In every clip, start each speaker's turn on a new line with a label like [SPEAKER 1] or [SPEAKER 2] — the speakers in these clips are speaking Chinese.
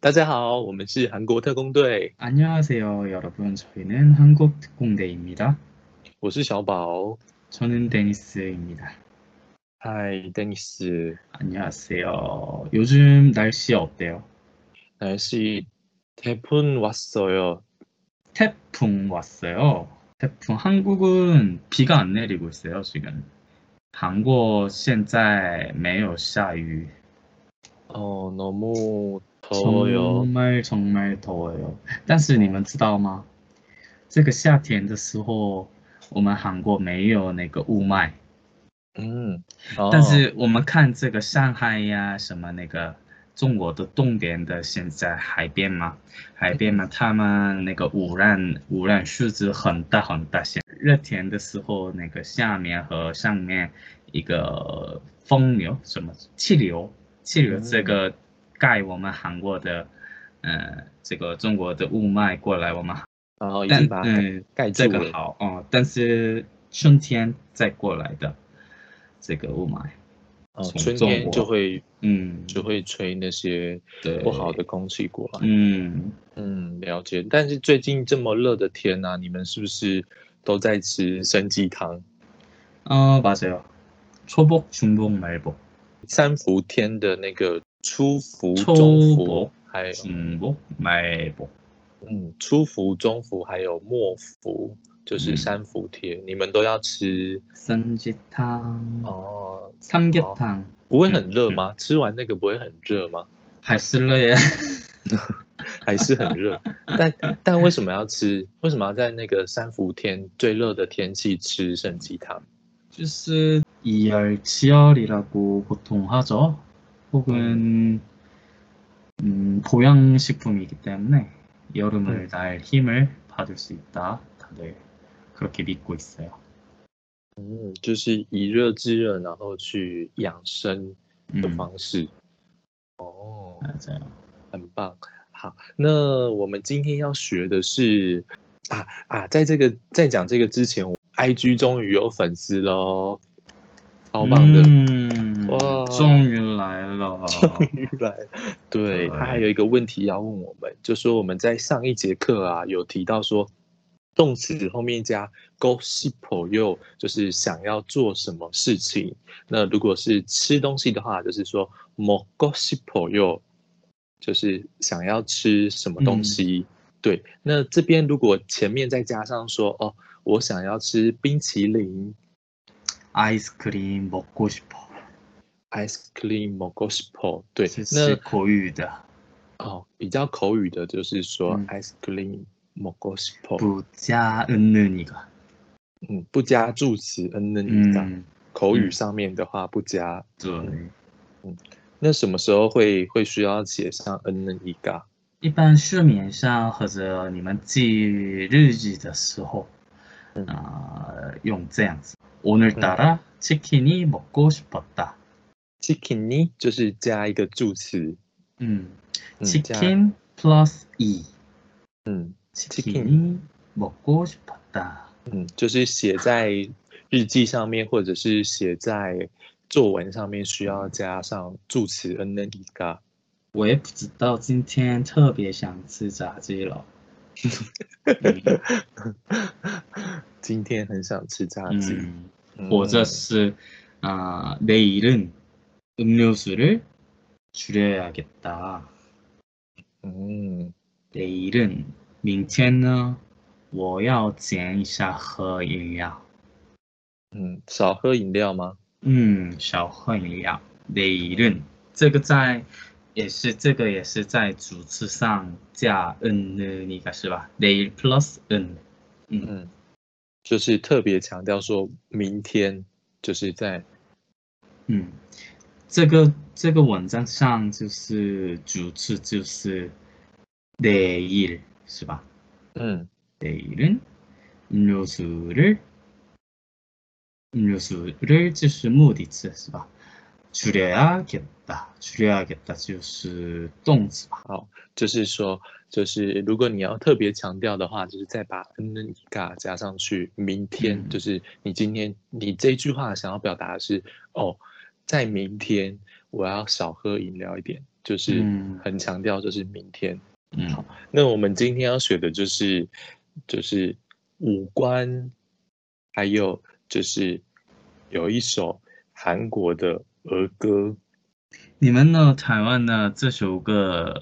[SPEAKER 1] 大家好，我们是韩国特工队，
[SPEAKER 2] 안녕하세요, 여러분. 저희는 한국 특공대입니다.
[SPEAKER 1] 我是小宝。
[SPEAKER 2] 저는 데니스입니다.
[SPEAKER 1] 嗨，Dennis，
[SPEAKER 2] 안녕하세요. 요즘 날씨 어때요?
[SPEAKER 1] 哎 날씨 대풍 왔어요.
[SPEAKER 2] 태풍 왔어요. 태풍 한국은 비가 안 내리고 있어요, 지금. 한국 现在没有下雨.
[SPEAKER 1] 어, 哦 너무 더워요. 어.
[SPEAKER 2] 정말 정말 더워요. 但是你们知道吗?这个夏天的时候，我们韩国没有那个雾霾。
[SPEAKER 1] 嗯，
[SPEAKER 2] 但是我们看这个上海呀，什么那个中国的重点的现在海边嘛，海边嘛，他们那个污染污染数字很大很大。现热天的时候，那个下面和上面一个风流什么气流，气流
[SPEAKER 1] 嗯
[SPEAKER 2] 这个盖我们韩国的，呃，这个中国的雾霾过来我们，
[SPEAKER 1] 哦然后已
[SPEAKER 2] 但
[SPEAKER 1] 经把它
[SPEAKER 2] 嗯，
[SPEAKER 1] 盖住
[SPEAKER 2] 这个
[SPEAKER 1] 了。
[SPEAKER 2] 好哦、但是春天再过来的这个雾霾。
[SPEAKER 1] 哦，
[SPEAKER 2] 从
[SPEAKER 1] 春
[SPEAKER 2] 中
[SPEAKER 1] 天
[SPEAKER 2] 国
[SPEAKER 1] 就会
[SPEAKER 2] 嗯，
[SPEAKER 1] 就会吹那些
[SPEAKER 2] 对
[SPEAKER 1] 不好的空气过来。
[SPEAKER 2] 嗯，
[SPEAKER 1] 嗯，了解。但是最近这么热的天啊，你们是不是都在吃参鸡汤？
[SPEAKER 2] 어 맞아요. 초복, 중복, 말복,
[SPEAKER 1] 三伏天的那个初伏、
[SPEAKER 2] 初
[SPEAKER 1] 中伏
[SPEAKER 2] 伏，
[SPEAKER 1] 还有
[SPEAKER 2] 중복, 말복.
[SPEAKER 1] 嗯，初伏、中伏还有末伏，就是
[SPEAKER 2] 嗯
[SPEAKER 1] 三伏贴，你们都要吃
[SPEAKER 2] 쌈지탕,
[SPEAKER 1] 哦。
[SPEAKER 2] 어, 삼계탕,
[SPEAKER 1] 不会很热吗？吃完那个不会很热吗？
[SPEAKER 2] 발슬러에
[SPEAKER 1] 还是很热，但但为什么要吃？为什么要在那个三伏天最热的天气吃参鸡汤？
[SPEAKER 2] 주스 이열 치열이라고 보통 하죠. 혹은 음, 보양 식품이기 때문에 여름을
[SPEAKER 1] 음.
[SPEAKER 2] 날 힘을 받을 수 있다. 다들 그렇게 믿고 있어요.
[SPEAKER 1] 嗯，就是以热制热，然后去养生的
[SPEAKER 2] 음,
[SPEAKER 1] 方式。哦，
[SPEAKER 2] 맞아요.
[SPEAKER 1] 很棒。好，那我们今天要学的是啊啊，在这个在讲这个之前我，IG 终于有粉丝喽，超棒的，
[SPEAKER 2] 嗯，
[SPEAKER 1] 哇
[SPEAKER 2] 终于来了，
[SPEAKER 1] 来，对
[SPEAKER 2] 对
[SPEAKER 1] 他还有一个问题要问我们，就说我们在上一节课啊有提到说，动词后面加 go s i p o 又就是想要做什么事情。那如果是吃东西的话，就是说 mo go s i p o 又就是想要吃什么东
[SPEAKER 2] 嗯
[SPEAKER 1] 西。对，那这边如果前面再加上说哦，我想要吃冰淇淋
[SPEAKER 2] 아이스크림 먹고 싶어.
[SPEAKER 1] ice cream mo go s i p o 对，
[SPEAKER 2] 네.
[SPEAKER 1] 那
[SPEAKER 2] 是口语的，
[SPEAKER 1] 哦，比较口语的就是说
[SPEAKER 2] 嗯
[SPEAKER 1] ice cream 먹고싶어，
[SPEAKER 2] 부자 은는 이거.
[SPEAKER 1] 嗯，不加助词 n n 以上。
[SPEAKER 2] 음,
[SPEAKER 1] 口语
[SPEAKER 2] 嗯
[SPEAKER 1] 上面的话不加，
[SPEAKER 2] 네.
[SPEAKER 1] 那什么时候会会需要写上 n E n 以嘎？
[SPEAKER 2] 一般市面上或者你们记日记的时候， 음.
[SPEAKER 1] 嗯
[SPEAKER 2] 啊、用这样子。오늘따라치킨이먹고싶었다。
[SPEAKER 1] chicken 이就是加一个助词，
[SPEAKER 2] 嗯 음，
[SPEAKER 1] 嗯加
[SPEAKER 2] ，chicken plus e，
[SPEAKER 1] 嗯
[SPEAKER 2] 치킨이먹고싶었다。
[SPEAKER 1] 嗯，就是写在日记上面或者是写在作文上面需要加上助词 n E n 以嘎。
[SPEAKER 2] 我也不知道今天特别想吃炸鸡 了。嗯
[SPEAKER 1] 今天很想吃炸鸡，
[SPEAKER 2] 음,
[SPEAKER 1] 嗯
[SPEAKER 2] 버저스 아, 내일은 음료수를 줄여야겠다.
[SPEAKER 1] 嗯
[SPEAKER 2] 내일은 明天呢我要减一下喝饮料
[SPEAKER 1] 嗯，少喝饮料吗？
[SPEAKER 2] 음, 少喝饮料 내일은 这个在也是这个也是在主词上加 은는 이가 是吧 내일 플러스 은
[SPEAKER 1] 嗯，就是特别强调说明天，就是在
[SPEAKER 2] 嗯，这个这个文章上就是主次就是내일是吧？
[SPEAKER 1] 嗯
[SPEAKER 2] 내일은음료수를음료수를就是目的词是吧？줄여야겠다줄여야겠다就是动词吧？
[SPEAKER 1] 好，就是说就是如果你要特别强调的话，就是再把 n n ga 加上去，明天、
[SPEAKER 2] 嗯
[SPEAKER 1] 就是你今天你这句话想要表达的是哦，在明天我要少喝饮料一点，就是
[SPEAKER 2] 嗯
[SPEAKER 1] 很强调就是明天。
[SPEAKER 2] 嗯，
[SPEAKER 1] 那我们今天要学的就是就是五官，还有就是有一首韩国的儿歌，
[SPEAKER 2] 你们呢？台湾呢？这首歌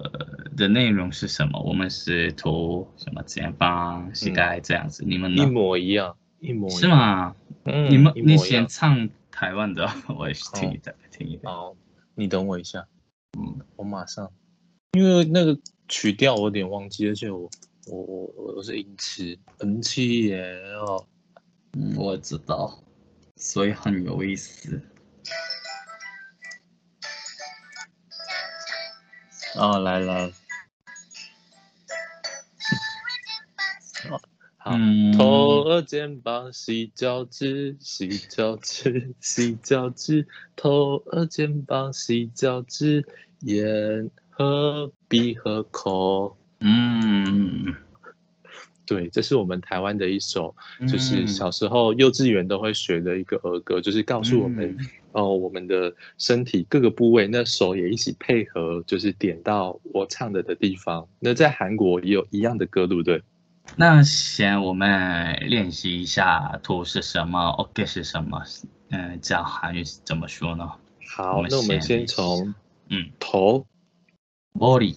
[SPEAKER 2] 的内容是什么？我们是头什么肩膀、膝盖这样子，你们
[SPEAKER 1] 一
[SPEAKER 2] 呢？
[SPEAKER 1] 模一样，一模一样
[SPEAKER 2] 嗯啊是？吗？
[SPEAKER 1] 嗯，
[SPEAKER 2] 你们
[SPEAKER 1] 一模
[SPEAKER 2] 你
[SPEAKER 1] 一
[SPEAKER 2] 先
[SPEAKER 1] 样
[SPEAKER 2] 唱台湾 的，我也是听一点，听一点。
[SPEAKER 1] 好，你等我一下，
[SPEAKER 2] 嗯，
[SPEAKER 1] 我马上，因为那个曲调我有点忘记，而且我我我我我是音痴，音痴耶哦，
[SPEAKER 2] 嗯，我知道，所以很有意思。
[SPEAKER 1] 哦，来 来，好
[SPEAKER 2] 嗯，
[SPEAKER 1] 头儿肩膀洗脚趾，洗脚趾，洗脚趾，头儿肩膀洗脚趾，眼和鼻和口。
[SPEAKER 2] 嗯，
[SPEAKER 1] 对，这是我们台湾的一首，
[SPEAKER 2] 嗯
[SPEAKER 1] 就是小时候幼稚园都会学的一个儿歌，就是告诉我
[SPEAKER 2] 嗯
[SPEAKER 1] 们、哦，我们的身体各个部位，那手也一起配合，就是点到我唱的的地方。那在韩国也有一样的歌，对不对？
[SPEAKER 2] 那先我们练习一下头是什么，OK 是什么，嗯，讲韩语怎么说呢？
[SPEAKER 1] 好，
[SPEAKER 2] 我们
[SPEAKER 1] 那我们
[SPEAKER 2] 先
[SPEAKER 1] 先从
[SPEAKER 2] 嗯
[SPEAKER 1] 头。
[SPEAKER 2] ，body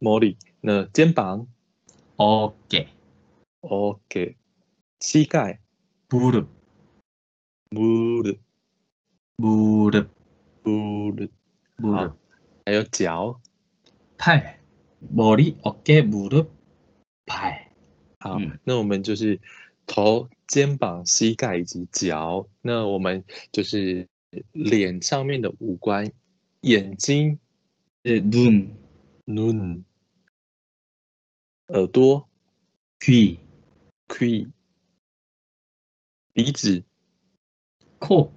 [SPEAKER 1] 머리, 네, 肩膀,
[SPEAKER 2] OK，
[SPEAKER 1] 어깨, 膝盖,
[SPEAKER 2] 무릎
[SPEAKER 1] 무릎,
[SPEAKER 2] 무릎
[SPEAKER 1] 무릎,
[SPEAKER 2] 무릎
[SPEAKER 1] 还有脚.
[SPEAKER 2] 팔 머리 어깨 무릎 발
[SPEAKER 1] 好，
[SPEAKER 2] 嗯
[SPEAKER 1] 那我们就是头、肩膀、膝盖以及脚。那我们就是脸上面的五官，眼睛、
[SPEAKER 2] 네, 눈,
[SPEAKER 1] 눈, 耳朵、
[SPEAKER 2] 귀,
[SPEAKER 1] 귀, 鼻子、
[SPEAKER 2] 코,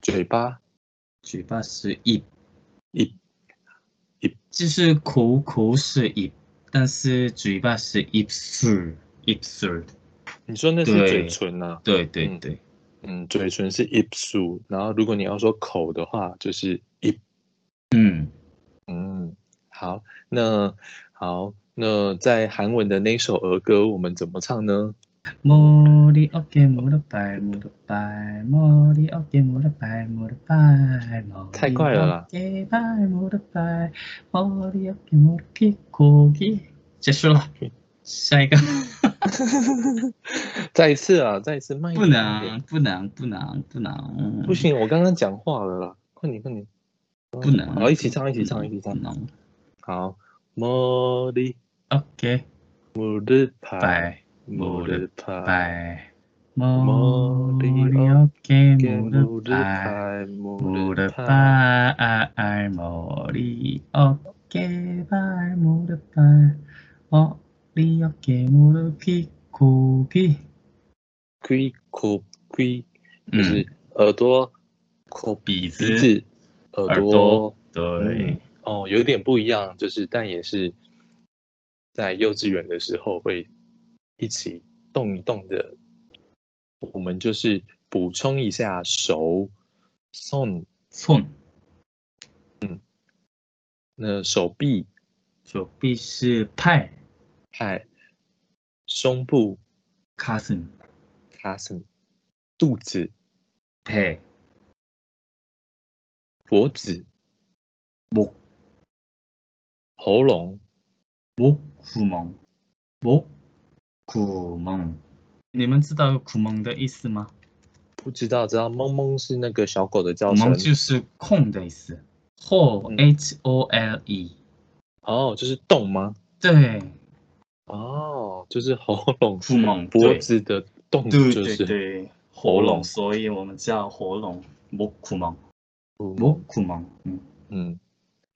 [SPEAKER 1] 嘴巴、
[SPEAKER 2] 嘴巴是 입,
[SPEAKER 1] 입,
[SPEAKER 2] 就是口口是 입, 但是嘴巴是 입술, 입술.
[SPEAKER 1] 你说那是
[SPEAKER 2] 对
[SPEAKER 1] 嘴唇啊？
[SPEAKER 2] 对对
[SPEAKER 1] 嗯
[SPEAKER 2] 对，
[SPEAKER 1] 嗯，嘴唇是 입술，然后如果你要说口的话，就是 입。
[SPEAKER 2] 嗯，
[SPEAKER 1] 嗯，好，那好，那在韩文的那首儿歌，我们怎么唱呢？
[SPEAKER 2] 머리 어깨 무릎 발 무릎 발 머리 어깨 무릎 발 무릎 발 머리
[SPEAKER 1] 탈 거예요.
[SPEAKER 2] 어깨 발 무릎 발 머리 어깨 무릎 피 고기 结束了，下一个
[SPEAKER 1] 再一次啊，再一次，慢一点，慢
[SPEAKER 2] 啊
[SPEAKER 1] 一点
[SPEAKER 2] 不能不能不能不能
[SPEAKER 1] 不行，我刚刚讲话了啦，快点，快点，
[SPEAKER 2] 不能
[SPEAKER 1] 好，一起唱，一起唱，一起唱，好，머리
[SPEAKER 2] OK
[SPEAKER 1] 무릎 팔
[SPEAKER 2] 拜
[SPEAKER 1] 무릎팔
[SPEAKER 2] 拜
[SPEAKER 1] 머리
[SPEAKER 2] 머리 어깨
[SPEAKER 1] 깨무
[SPEAKER 2] 무릎
[SPEAKER 1] 릎
[SPEAKER 2] 발
[SPEAKER 1] 팔무릎
[SPEAKER 2] 무릎
[SPEAKER 1] 팔
[SPEAKER 2] 발 머리 어깨 발 무릎 발 어, 머리 어깨 무릎 귀 고기
[SPEAKER 1] 귀코귀就是耳朵、口、鼻子、耳
[SPEAKER 2] 耳
[SPEAKER 1] 朵
[SPEAKER 2] 朵。对
[SPEAKER 1] 哦，有点不一样，就是但也是在幼稚园的时候会一起动一动的。我们就是补充一下手，送
[SPEAKER 2] 손
[SPEAKER 1] 那呃手臂、
[SPEAKER 2] 手臂是팔
[SPEAKER 1] 派、胸部、
[SPEAKER 2] 가슴
[SPEAKER 1] 卡森、肚子、
[SPEAKER 2] 배
[SPEAKER 1] 脖子、
[SPEAKER 2] 목,
[SPEAKER 1] 喉咙、
[SPEAKER 2] 목구멍, 목구멍. 你们知道구멍的意思吗？
[SPEAKER 1] 不知道知道蒙蒙是那个小狗的叫
[SPEAKER 2] 구멍
[SPEAKER 1] 声
[SPEAKER 2] 就是空的意思。hole,
[SPEAKER 1] 嗯
[SPEAKER 2] h o l e。 네.
[SPEAKER 1] 哦，就是洞吗？
[SPEAKER 2] 对，
[SPEAKER 1] 哦，就是喉咙、
[SPEAKER 2] 구멍
[SPEAKER 1] 脖
[SPEAKER 2] 嗯对
[SPEAKER 1] 子的洞，
[SPEAKER 2] 对
[SPEAKER 1] 就
[SPEAKER 2] 对
[SPEAKER 1] 是
[SPEAKER 2] 对，
[SPEAKER 1] 喉
[SPEAKER 2] 嗯喉
[SPEAKER 1] 咙
[SPEAKER 2] 咙，所以我们叫喉咙목구멍，
[SPEAKER 1] 嗯
[SPEAKER 2] 목구멍。嗯，
[SPEAKER 1] 嗯，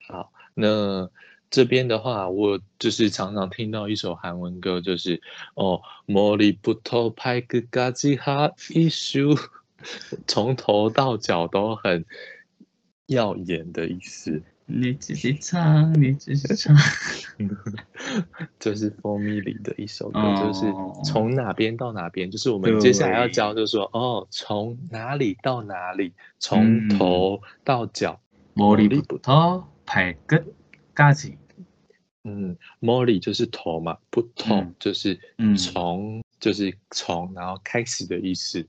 [SPEAKER 1] 好，那这边的话，我就是常常听到一首韩文歌，就是哦，머리부터발끝까지하이슈，从头到脚都很耀眼的意思，
[SPEAKER 2] 你自己唱，你自己唱。
[SPEAKER 1] 这是蜂蜜里的一首歌，就是
[SPEAKER 2] 哦
[SPEAKER 1] 从哪边到哪边，就是我们接下来要
[SPEAKER 2] 对
[SPEAKER 1] 教，就是说哦，从哪里到哪里，从
[SPEAKER 2] 嗯
[SPEAKER 1] 头到脚，
[SPEAKER 2] 머리부터 발끝까지.
[SPEAKER 1] 嗯，mori 就是头嘛，不头
[SPEAKER 2] 嗯
[SPEAKER 1] 就是
[SPEAKER 2] 嗯
[SPEAKER 1] 从就是从，然后开始的意思。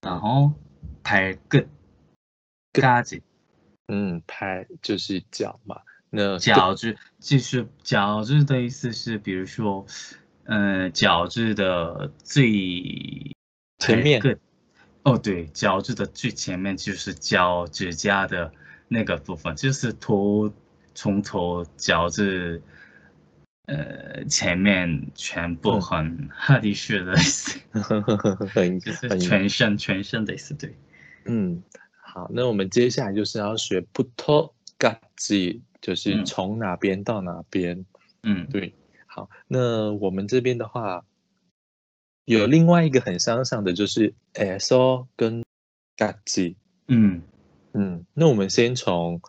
[SPEAKER 2] 然后발끝까지
[SPEAKER 1] 嗯，拍就是脚嘛。那
[SPEAKER 2] 脚趾继续脚趾的意思是，比如说，呃，脚趾的最
[SPEAKER 1] 前面
[SPEAKER 2] 발끝哦，对，脚趾的最前面就是脚趾甲的那个部分，就是头从头脚趾，呃，前面全部
[SPEAKER 1] 嗯
[SPEAKER 2] 很哈迪式的意思，
[SPEAKER 1] 很
[SPEAKER 2] 就是
[SPEAKER 1] 很
[SPEAKER 2] 全身全身的意思，对。
[SPEAKER 1] 嗯，好，那我们接下来就是要学不脱嘎叽，就是
[SPEAKER 2] 嗯
[SPEAKER 1] 从哪边到哪边。
[SPEAKER 2] 嗯，
[SPEAKER 1] 对，好，那我们这边的话，有另外一个很相像的，就是 s o 跟嘎叽。
[SPEAKER 2] 嗯，
[SPEAKER 1] 嗯，那我们先从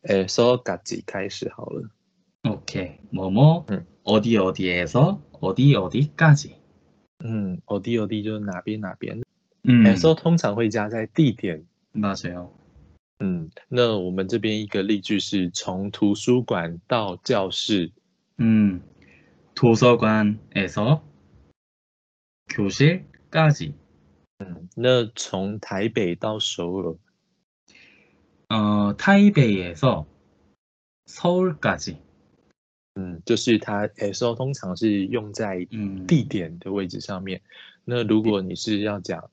[SPEAKER 1] s o 嘎叽开始好了。
[SPEAKER 2] 오케이. 뭐뭐
[SPEAKER 1] 응.
[SPEAKER 2] 어디 어디에서 어디 어디까지.
[SPEAKER 1] 嗯，어디 어디就是哪边哪边。
[SPEAKER 2] 음,
[SPEAKER 1] s o 通常会加在地点
[SPEAKER 2] 맞아요.
[SPEAKER 1] 嗯，那我们这边一个例句是从图书馆到教室，
[SPEAKER 2] 음, 도서관에서 교실까지.
[SPEAKER 1] 那从台北到首尔，
[SPEAKER 2] 어, 타이베이에서 서울까지.
[SPEAKER 1] 嗯，就是它 S O 通常是用在
[SPEAKER 2] 음,
[SPEAKER 1] 地点的位置上面。那如果你是要讲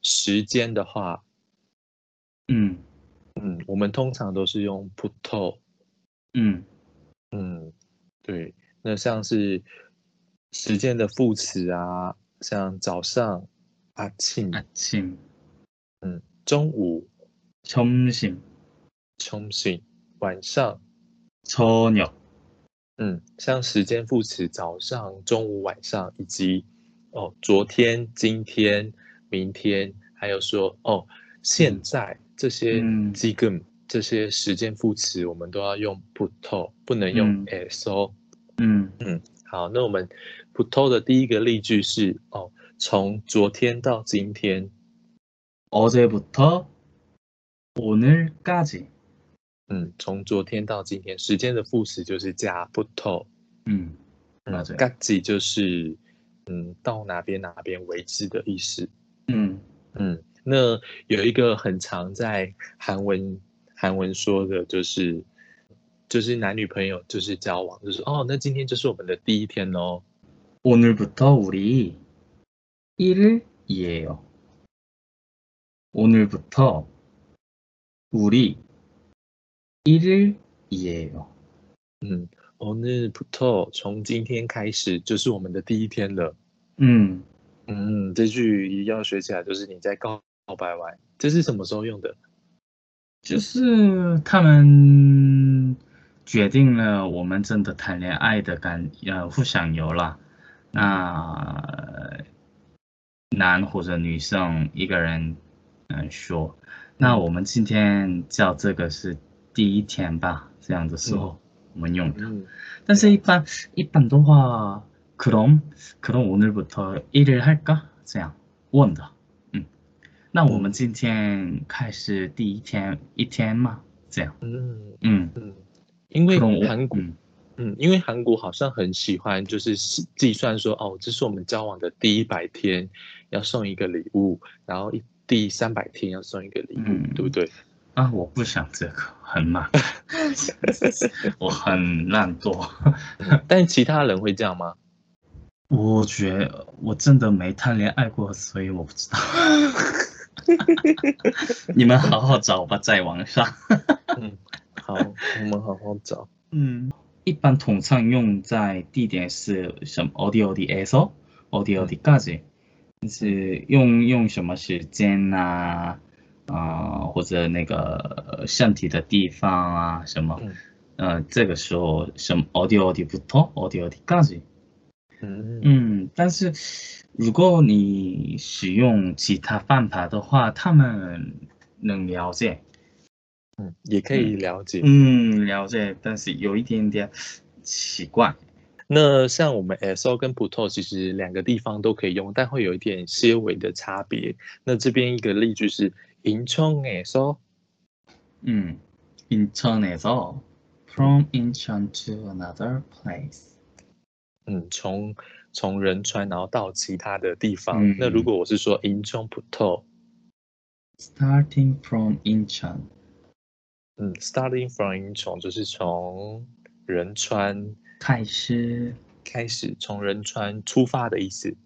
[SPEAKER 1] 时间的话，
[SPEAKER 2] 음,
[SPEAKER 1] 嗯，我们通常都是用 put o
[SPEAKER 2] 음,
[SPEAKER 1] 嗯，对。那像是时间的副词啊，像早上、阿庆、
[SPEAKER 2] 아침,
[SPEAKER 1] 中午、
[SPEAKER 2] 점심,
[SPEAKER 1] 冲醒、晚上。
[SPEAKER 2] 저녁.
[SPEAKER 1] 嗯，像时间副词，早上、中午、晚上，以及哦，昨天、今天、明天，还有说哦，现在这些
[SPEAKER 2] 嗯
[SPEAKER 1] 지금这些时间副词，我们都要用 puto，不能用 s o。
[SPEAKER 2] 음,
[SPEAKER 1] 好，那我们 puto 的第一个例句是哦，从昨天到今天，
[SPEAKER 2] 어제부터 오늘까지.
[SPEAKER 1] 嗯，从昨天到今天，时间的副词就是加 puto，
[SPEAKER 2] 음,
[SPEAKER 1] 嗯
[SPEAKER 2] 맞아요
[SPEAKER 1] 嘎吉就是嗯，到哪边哪边为止的意思。
[SPEAKER 2] 음,
[SPEAKER 1] 嗯，那有一个很常在韩文韩文说的，就是就是男女朋友就是交往，就是哦，那今天就是我们的第一天哦。
[SPEAKER 2] 오늘부터 우리 1일이에요. 오늘부터 우리 1일이에요.
[SPEAKER 1] 嗯，오늘부터从今天开始就是我们的第一天了。
[SPEAKER 2] 음,
[SPEAKER 1] 嗯，这句一定要学起来，就是你在告告白完，这是什么时候用的？
[SPEAKER 2] 就是他们决定了我们真的谈恋爱的感呃互相有了那男或者女生一个人嗯说那我们这个呃那我们今天叫这个是第一天吧，这样的时候我们用的。
[SPEAKER 1] 嗯，
[SPEAKER 2] 但是一般一般的话，그럼그럼오늘부터일을할까？这样问的。嗯，那我们
[SPEAKER 1] 嗯
[SPEAKER 2] 今天开始第一天一天吗？这样。
[SPEAKER 1] 嗯，
[SPEAKER 2] 嗯，
[SPEAKER 1] 因为
[SPEAKER 2] 그럼오
[SPEAKER 1] 韩国，
[SPEAKER 2] 嗯
[SPEAKER 1] 嗯，因为韩国好像很喜欢就是计算说，哦，这是我们交往的第一百天，要送一个礼物，然后一第三百天要送一个礼物，
[SPEAKER 2] 嗯
[SPEAKER 1] 对不对？
[SPEAKER 2] 啊，我不想这个，很慢，我很懒惰。
[SPEAKER 1] 但其他人会这样吗？
[SPEAKER 2] 我觉我真的没谈恋爱过，所以我不知道。你们好好找吧，在网上。
[SPEAKER 1] 嗯，好，我们好好找。
[SPEAKER 2] 嗯，一般通常用在地点是什么？어디 어디에서 어디 어디까지，就是用用什么时间呐、啊？或者那个身体的地方啊，什么？
[SPEAKER 1] 嗯
[SPEAKER 2] 呃，这个时候什么어디어디부터어디어디까지。
[SPEAKER 1] 嗯
[SPEAKER 2] 嗯，但是如果你使用其他方法的话，他们能了解。
[SPEAKER 1] 嗯，也可以了解。
[SPEAKER 2] 嗯，了解，但是有一点点奇怪。
[SPEAKER 1] 那像我们 S O 跟 Puto 其实两个地方都可以用，但会有一点些微的差别。那这边一个例句是：银冲 S O，
[SPEAKER 2] 嗯， 음, 인천에서 from Incheon to another place。
[SPEAKER 1] 嗯，从从仁川然后到其他的地方。
[SPEAKER 2] 嗯
[SPEAKER 1] 那如果我是说银川普透，
[SPEAKER 2] Starting from Incheon，
[SPEAKER 1] 嗯，starting from 银川就是从仁川
[SPEAKER 2] 开始。
[SPEAKER 1] 开始，从仁川出发的意思。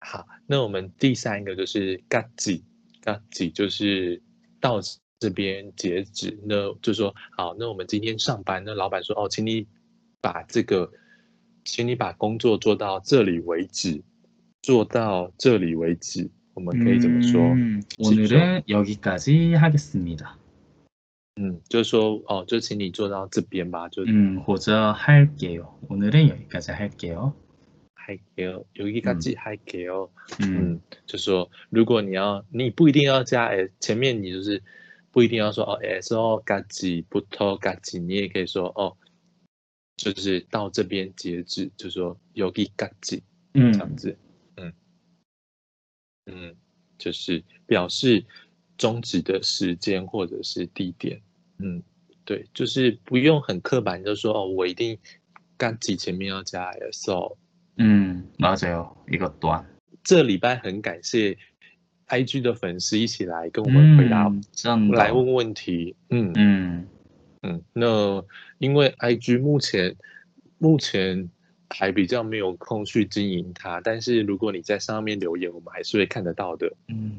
[SPEAKER 1] 好，那我们第三个就是嘎吉，嘎吉就是到这边截止。那就说好，那我们今天上班，那老板说哦，请你把这个，请你把工作做到这里为止，做到这里为止，我们可以怎么说？
[SPEAKER 2] 음, 오늘은 여기까지 하겠습니다.
[SPEAKER 1] 嗯，就是说哦，就请你做到这边吧，就
[SPEAKER 2] 음, 고저 할게요. 오늘은 여기까지 할게요.
[SPEAKER 1] 还给哦，有一个字还给哦，
[SPEAKER 2] 음,
[SPEAKER 1] 嗯，就说如果你要，你不一定要加 s，前面你就是不一定要说哦 s 哦嘎吉不偷嘎吉，你也可以说哦，就是到这边截止，就说有一嘎吉这样
[SPEAKER 2] 음,
[SPEAKER 1] 子，嗯嗯，就是表示终止的时间或者是地点，嗯，对，就是不用很刻板，就说哦，我一定嘎吉前面要加 s 哦。
[SPEAKER 2] 음, 맞아요. 이것 또한.
[SPEAKER 1] 这礼拜很感谢 IG 的粉丝一起来跟我们回答、
[SPEAKER 2] 음, 짠다.
[SPEAKER 1] 来问问题。嗯
[SPEAKER 2] 음,
[SPEAKER 1] 嗯，那因为 IG 目前目前还比较没有空去经营它，但是如果你在上面留言，我们还是会看得到的。
[SPEAKER 2] 음.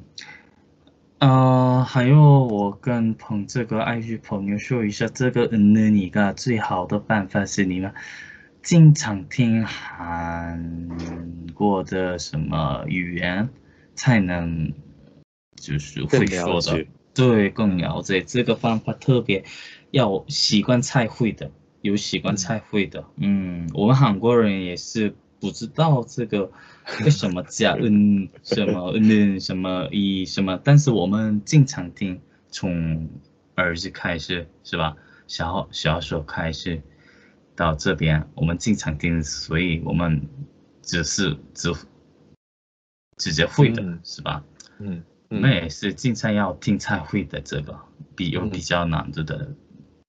[SPEAKER 2] 어, 하요, 我跟朋这个 IG 朋友说一下，这个
[SPEAKER 1] 更了
[SPEAKER 2] 嗯的一个最好的办法是你们经常听韩国的什么语言，才能就是会说的。
[SPEAKER 1] 解，
[SPEAKER 2] 对，更了解这个方法特别要习惯才会的，有习惯才会的。嗯，我们韩国人也是不知道 这个为什么加嗯什么嗯什么一什么，但是我们经常听，从儿子开始是吧？小小时候开始到这边，我们经常听，所以我们只是只直接会的、
[SPEAKER 1] 嗯
[SPEAKER 2] 是吧？
[SPEAKER 1] 嗯，
[SPEAKER 2] 我
[SPEAKER 1] 嗯
[SPEAKER 2] 们也是经常要听才会的这个比有
[SPEAKER 1] 嗯
[SPEAKER 2] 比较难度的，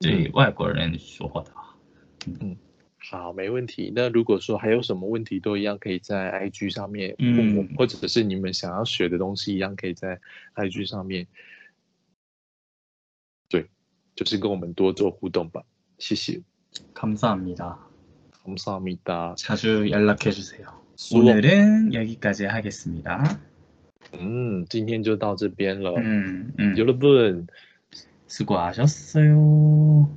[SPEAKER 2] 对外国人说的话。
[SPEAKER 1] 好，没问题。那如果说还有什么问题，都一样可以在 IG 上面问我，
[SPEAKER 2] 嗯
[SPEAKER 1] 或者是你们想要学的东西，一样可以在 IG 上面。对，就是跟我们多做互动吧。谢谢，
[SPEAKER 2] 감사합니다.
[SPEAKER 1] 감사합니다。
[SPEAKER 2] 자주 연락해 주세요.
[SPEAKER 1] 苏
[SPEAKER 2] 오늘은 여기까지 하겠습니다.
[SPEAKER 1] 嗯，今天就到这边了。
[SPEAKER 2] 음, 음.
[SPEAKER 1] 여러분
[SPEAKER 2] 수고하셨어요.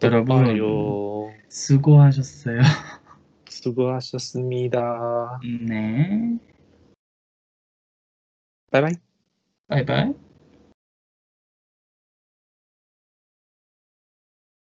[SPEAKER 1] 또
[SPEAKER 2] 여러분
[SPEAKER 1] 봐요.
[SPEAKER 2] 수고하셨어요.
[SPEAKER 1] 수고하셨습니다.
[SPEAKER 2] 네.
[SPEAKER 1] 바이바이.
[SPEAKER 2] 바이바이.